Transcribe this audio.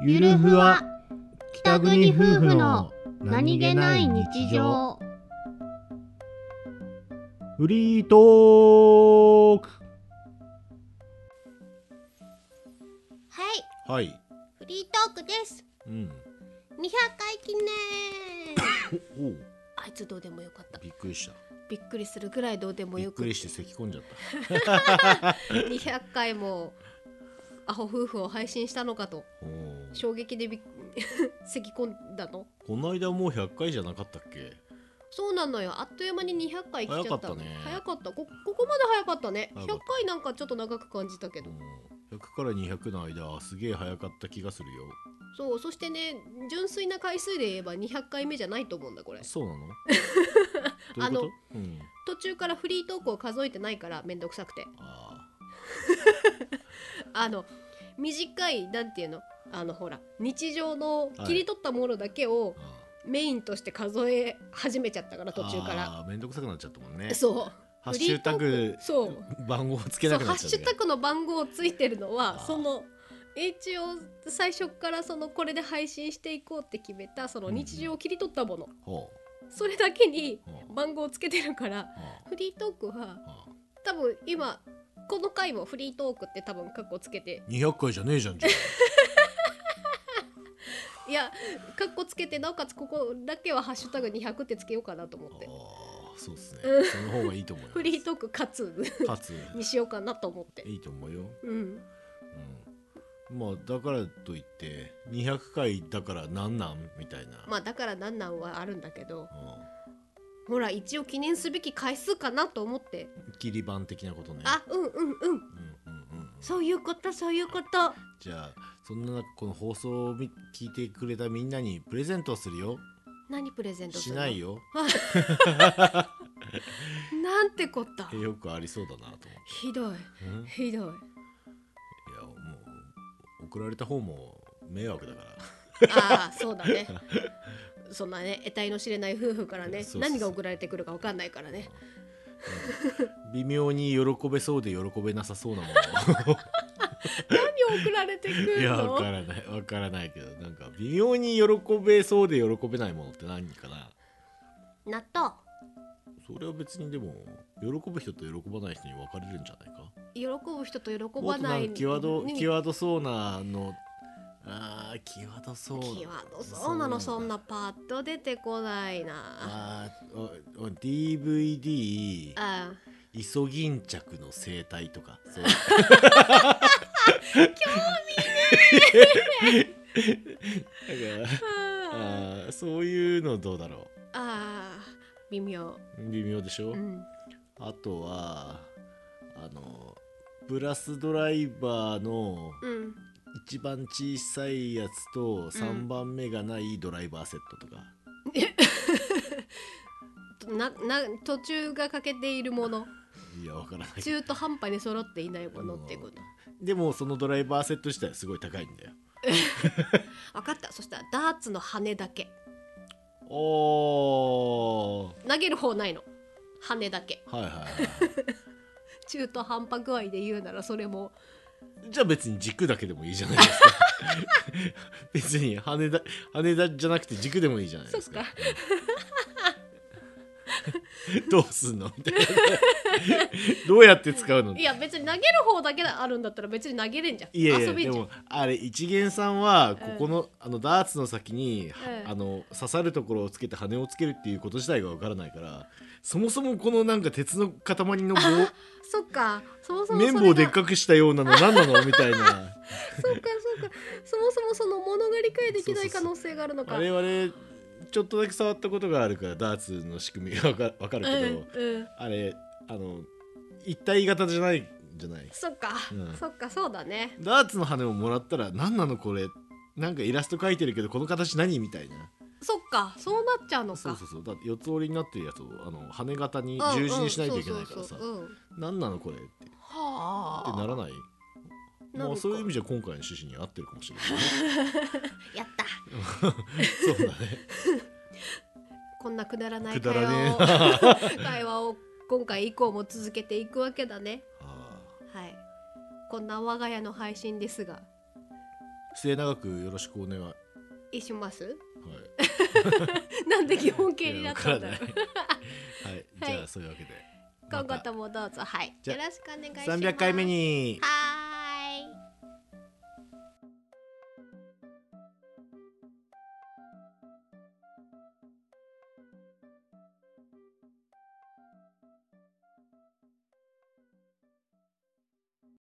ゆるふわ北国夫婦のフリートークはいはいフリートークですうん200回 記念おおうあいつどうでもよかったびっくりしたびっくりするぐらいどうでもびっよくくりして咳込んじゃっ200回もアホ夫婦を配信したのかとたおう衝撃でびっ 咳き込んだのこの間もう100回じゃなかったっけそうなのよあっという間に200回来ちゃっ早たかったね早かったこここまで早かったね早100かった回なんかちょっと長く感じたけどうん100から200の間はすげえ早かった気がするよそうそしてね純粋な回数で言えば200回目じゃないと思うんだこれそうな のどういあうこのとうん途中からフリートークを数えてないからめんどくさくてああの短いなんていうのあのほら日常の切り取ったものだけをーあメインとして数え始めちゃったからー途中からあーめんどくさくなっちゃったもんねそうハッシュタグそう番号をつけなそうくハなっッちゃシったュタグの番号ついてるのあはーその一応最初からそのこれで配信していこうって決めたその日常を切り取ったもの、ほそれだけにうほう番号つけてるからほフリートークはうほう多分今この回もフリートークって多分カッコつけて200回じゃねえじゃんじゃいやカッコつけてなおかつここだけは「ハッシュタグ #200」ってつけようかなと思あっあてーそうですねうんその方がいいと思いますフリートークかつ かつにしようかなと思っていいと思うよ、うんうん、まあだからといって200回だからなんなんみたいな、まあだからなんなんはあるんだけどうほら一応記念すべき回数かなと思ってん、切り板的なことねあうんうんうんうんうんうんうんそういうことそういうことじゃあそんな中この放送をみ聞いてくれたみんなにプレゼントをするよ何プレゼントすしるないよなんてこったよくありそうだなと思ってひどいうんひ いどいやもう送られた方も迷惑だからああそうだねそんなね得体の知れない夫婦からねそうそうそう何が送られてくるかわかんないからねうん微妙に喜べそうで喜べなさそうなもの何送られてくいるやわかのらないわからないけどなんか微妙に喜べそうで喜べないものって何かな納豆それは別にでも喜ぶ人と喜ばない人に分かれるんじゃないか喜ぶ人と喜もっばとななんいか際どに際どそうなのあー際どそう際どそうなのそんなパッと出てこないなあーおお DVD あイソギンチャクの生態とかそう興 味ねえああーそういうのどうだろあー微妙う微妙でしょ、うんあとはあのプラスドライバーのうん一番小さいやつと3番目がないドライバーセットとか、なな途中が欠けているものいやわからない中途半端に揃っていないものっていうことでもそのドライバーセット自体はすごい高いんだよ分かったそしたらダーツの羽だけおー投げる方ないの羽だけはいはいはい中途半端具合で言うならそれも じゃあ別に軸だけでもいいじゃないですか 別に羽田羽田じゃなくて軸でもいいじゃないですかそっうんどうすんのみたいなどうやって使うのいや別に投げる方だけあるんだったら別に投げれんじゃんいやいや遊びでんじゃんもあれ一元さんはここの,、あのダーツの先に、はうんあの刺さるところをつけて羽をつけるっていうこと自体がわからないからそもそもこのなんか鉄の塊の棒そっかそもそもそれ綿が棒でっかくしたようなの何なのみたいな そうかそうかそもそもそのものが理解できない可能性があるのか我々ちょっとだけ触ったことがあるからダーツの仕組みわかわかるけど、うんうんあれあの一体型じゃないじゃないそっか、うんそっかそうだねダーツの羽をもらったら何なのこれなんかイラスト描いてるけどこの形何みたいなそっかそうなっちゃうのかそうそうそうだって四つ折りになってるやつをあの羽型にうん十字にしないといけないからさうんそうそうそううん何なのこれってってはあならないまなるあかそういう意味じゃ今回の趣旨に合ってるかもしれな いねやったそうだねこんなくだらなくいだ会らね話を 会話を今回以降も続けていくわけだねあはいこんな我が家の配信ですが末永くよろしくお願い、はいします なんで基本形になったんだろういやわはい、じ ゃあそういうわけで今後ともどうぞはいじゃよあろしくお願いします300回目にはーい